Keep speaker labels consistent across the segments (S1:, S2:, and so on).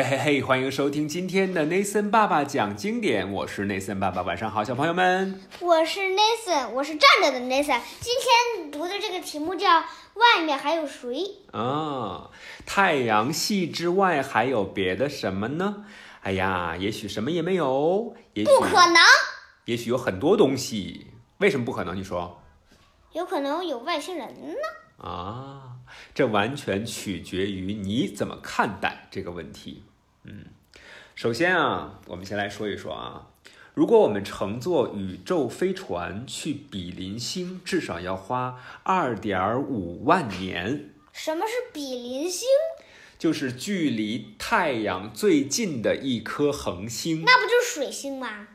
S1: 嘿嘿嘿，欢迎收听今天的 Nathan 爸爸讲经典，我是 Nathan 爸爸，晚上好，小朋友们。
S2: 我是 Nathan，我是站着的 Nathan。今天读的这个题目叫《外面还有谁》。
S1: 啊、太阳系之外还有别的什么呢？哎呀，也许什么也没有，也许
S2: 不可能，
S1: 也许有很多东西。为什么不可能？你说
S2: 有可能有外星人呢。
S1: 啊，这完全取决于你怎么看待这个问题。嗯，首先啊，我们先来说一说啊，如果我们乘坐宇宙飞船去比邻星，至少要花二点五万年，
S2: 什么是比邻星？
S1: 就是距离太阳最近的一颗恒星。
S2: 那不就是水星吗？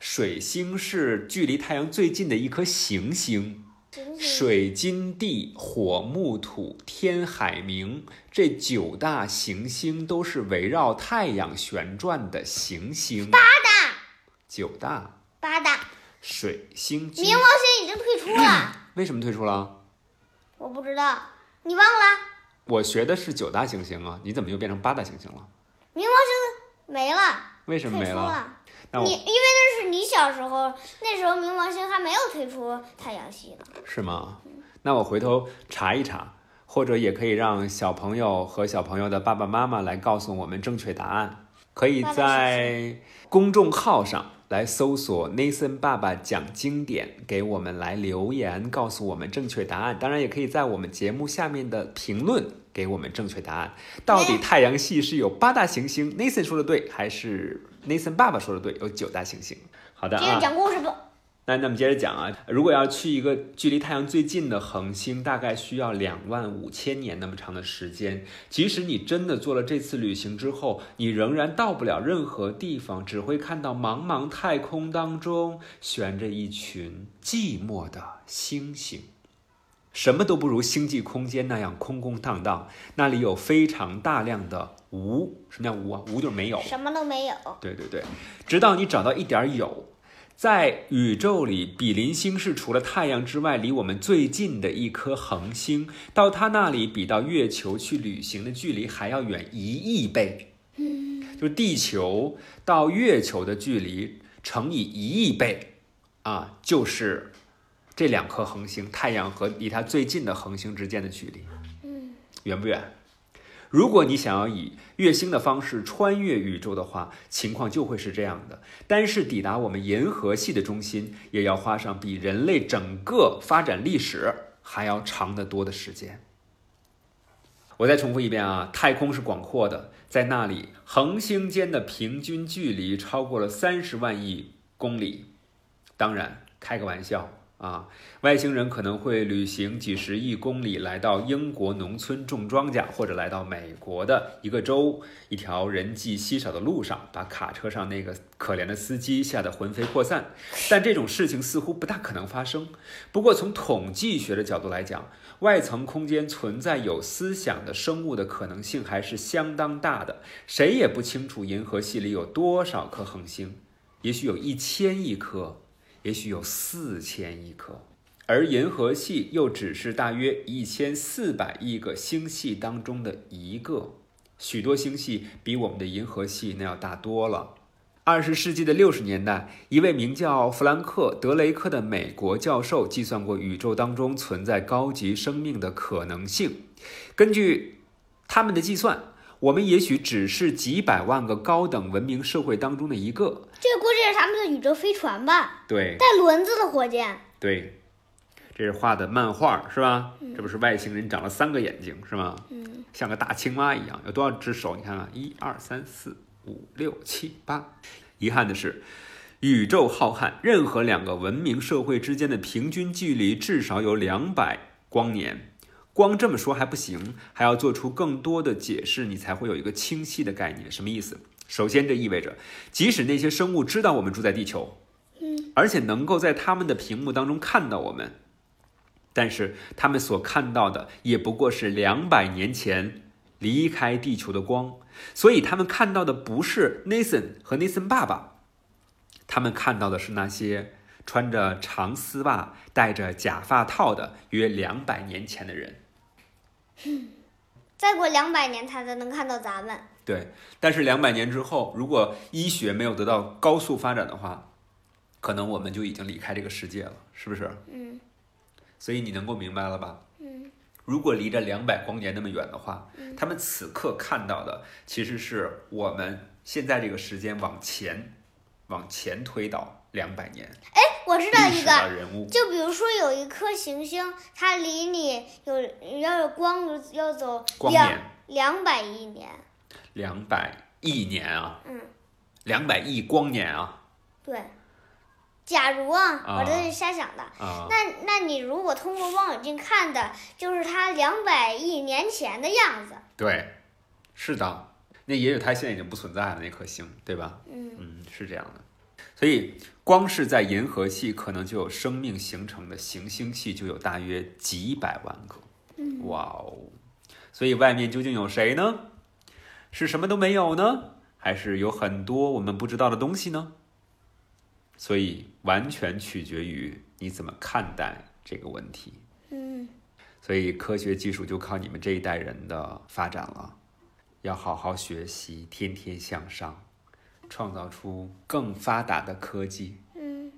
S1: 水星是距离太阳最近的一颗行星。
S2: 行行
S1: 水金地火木土天海冥这九大行星都是围绕太阳旋转的行星。八大，九大
S2: 八大，
S1: 水星金
S2: 冥王星已经退出了，
S1: 为什么退出了？
S2: 我不知道，你忘了？
S1: 我学的是九大行星啊，你怎么又变成八大行星了？
S2: 冥王星没了，
S1: 为什
S2: 退
S1: 么
S2: 出
S1: 没了？哦
S2: 了。
S1: 那
S2: 你
S1: 我
S2: 因为那是你小时候，那时候冥王星还没有退出太阳系呢。
S1: 是吗？那我回头查一查，或者也可以让小朋友和小朋友的爸爸妈妈来告诉我们正确答案。可以在公众号上来搜索 “Nathan 爸爸讲经典”，给我们来留言，告诉我们正确答案。当然，也可以在我们节目下面的评论给我们正确答案。到底太阳系是有八大行星，Nathan 说的对，还是 Nathan 爸爸说的对？有九大行星。好的
S2: 接
S1: 啊，
S2: 着讲故事吧。
S1: 那那么接着讲啊，如果要去一个距离太阳最近的恒星，大概需要两万五千年那么长的时间。即使你真的做了这次旅行之后，你仍然到不了任何地方，只会看到茫茫太空当中悬着一群寂寞的星星。什么都不如星际空间那样空空荡荡，那里有非常大量的无。什么叫无啊？无就是没有。
S2: 什么都没有。
S1: 对对对，直到你找到一点儿有。在宇宙里，比邻星是除了太阳之外离我们最近的一颗恒星，到它那里比到月球去旅行的距离还要远一亿倍。就地球到月球的距离乘以一亿倍，啊，就是这两颗恒星，太阳和离它最近的恒星之间的距离。远不远？如果你想要以月星的方式穿越宇宙的话，情况就会是这样的。单是抵达我们银河系的中心，也要花上比人类整个发展历史还要长得多的时间。我再重复一遍啊，太空是广阔的，在那里恒星间的平均距离超过了三十万亿公里。当然，开个玩笑啊，外星人可能会旅行几十亿公里来到英国农村种庄稼，或者来到美国的一个州一条人迹稀少的路上，把卡车上那个可怜的司机吓得魂飞魄散。但这种事情似乎不大可能发生。不过从统计学的角度来讲，外层空间存在有思想的生物的可能性还是相当大的。谁也不清楚银河系里有多少颗恒星，也许有一千亿颗，也许有四千亿颗。而银河系又只是大约一千四百亿个星系当中的一个，许多星系比我们的银河系那要大多了。二十世纪的六十年代，一位名叫弗兰克·德雷克的美国教授计算过宇宙当中存在高级生命的可能性。根据他们的计算，我们也许只是几百万个高等文明社会当中的一个。
S2: 这估计是他们的宇宙飞船吧，
S1: 对，
S2: 带轮子的火箭。
S1: 对，这是画的漫画是吧？这不是外星人长了三个眼睛是吗？嗯，像个大青蛙一样，有多少只手？你看看，一二三四五六七八。遗憾的是，宇宙浩瀚，任何两个文明社会之间的平均距离至少有两百光年。光这么说还不行，还要做出更多的解释，你才会有一个清晰的概念。什么意思？首先，这意味着，即使那些生物知道我们住在地球，而且能够在他们的屏幕当中看到我们，但是他们所看到的也不过是两百年前离开地球的光，所以他们看到的不是 Nathan 和 Nathan 爸爸，他们看到的是那些穿着长丝袜、戴着假发套的约两百年前的人。
S2: 再过两百年，他才能看到咱们。
S1: 对，但是两百年之后，如果医学没有得到高速发展的话，可能我们就已经离开这个世界了，是不是？
S2: 嗯
S1: 所以你能够明白了吧？
S2: 嗯
S1: 如果离着两百光年那么远的话，他们此刻看到的其实是我们现在这个时间往前，往前推导两百年，
S2: 我知道
S1: 历
S2: 一
S1: 史
S2: 个，
S1: 的人物，
S2: 就比如说有一颗行星，它离你有要有光有要走
S1: 光
S2: 两
S1: 年
S2: 两百亿年，
S1: 两百亿年啊，
S2: 嗯，
S1: 两百亿光年啊
S2: 对。假如啊，
S1: 啊
S2: 我这是瞎想的。
S1: 啊！
S2: 那那你如果通过望远镜看的，就是它两百亿年前的样子。
S1: 对，是的，那也许它现在已经不存在了，那颗星，对吧？
S2: 嗯
S1: 嗯，是这样的。所以，光是在银河系可能就有生命形成的行星系就有大约几百万个。哇哦！所以外面究竟有谁呢？是什么都没有呢？还是有很多我们不知道的东西呢？所以完全取决于你怎么看待这个问题。
S2: 嗯，
S1: 所以科学技术就靠你们这一代人的发展了，要好好学习，天天向上，创造出更发达的科技。
S2: 嗯，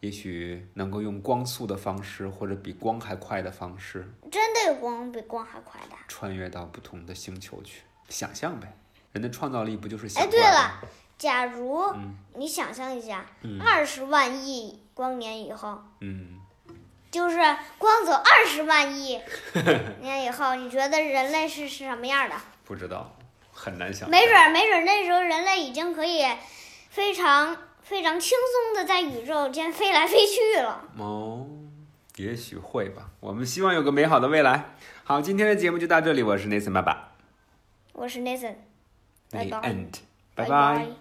S1: 也许能够用光速的方式，或者比光还快的方式，
S2: 真的有光比光还快的。
S1: 穿越到不同的星球去，想象呗。人的创造力不就是想象？
S2: 哎，对了，假如、
S1: 嗯
S2: 你想象一下，二十、万亿光年以后，
S1: 嗯，
S2: 就是光走二十万亿年以后，你觉得人类是是什么样的？
S1: 不知道，很难想象。
S2: 没准儿，没准儿那时候人类已经可以非常非常轻松的在宇宙间飞来飞去了。
S1: 哦，也许会吧。我们希望有个美好的未来。好，今天的节目就到这里，我是 Nathan 爸爸
S2: 我是 Nathan，拜
S1: ，The
S2: 拜
S1: End，拜
S2: 拜
S1: 拜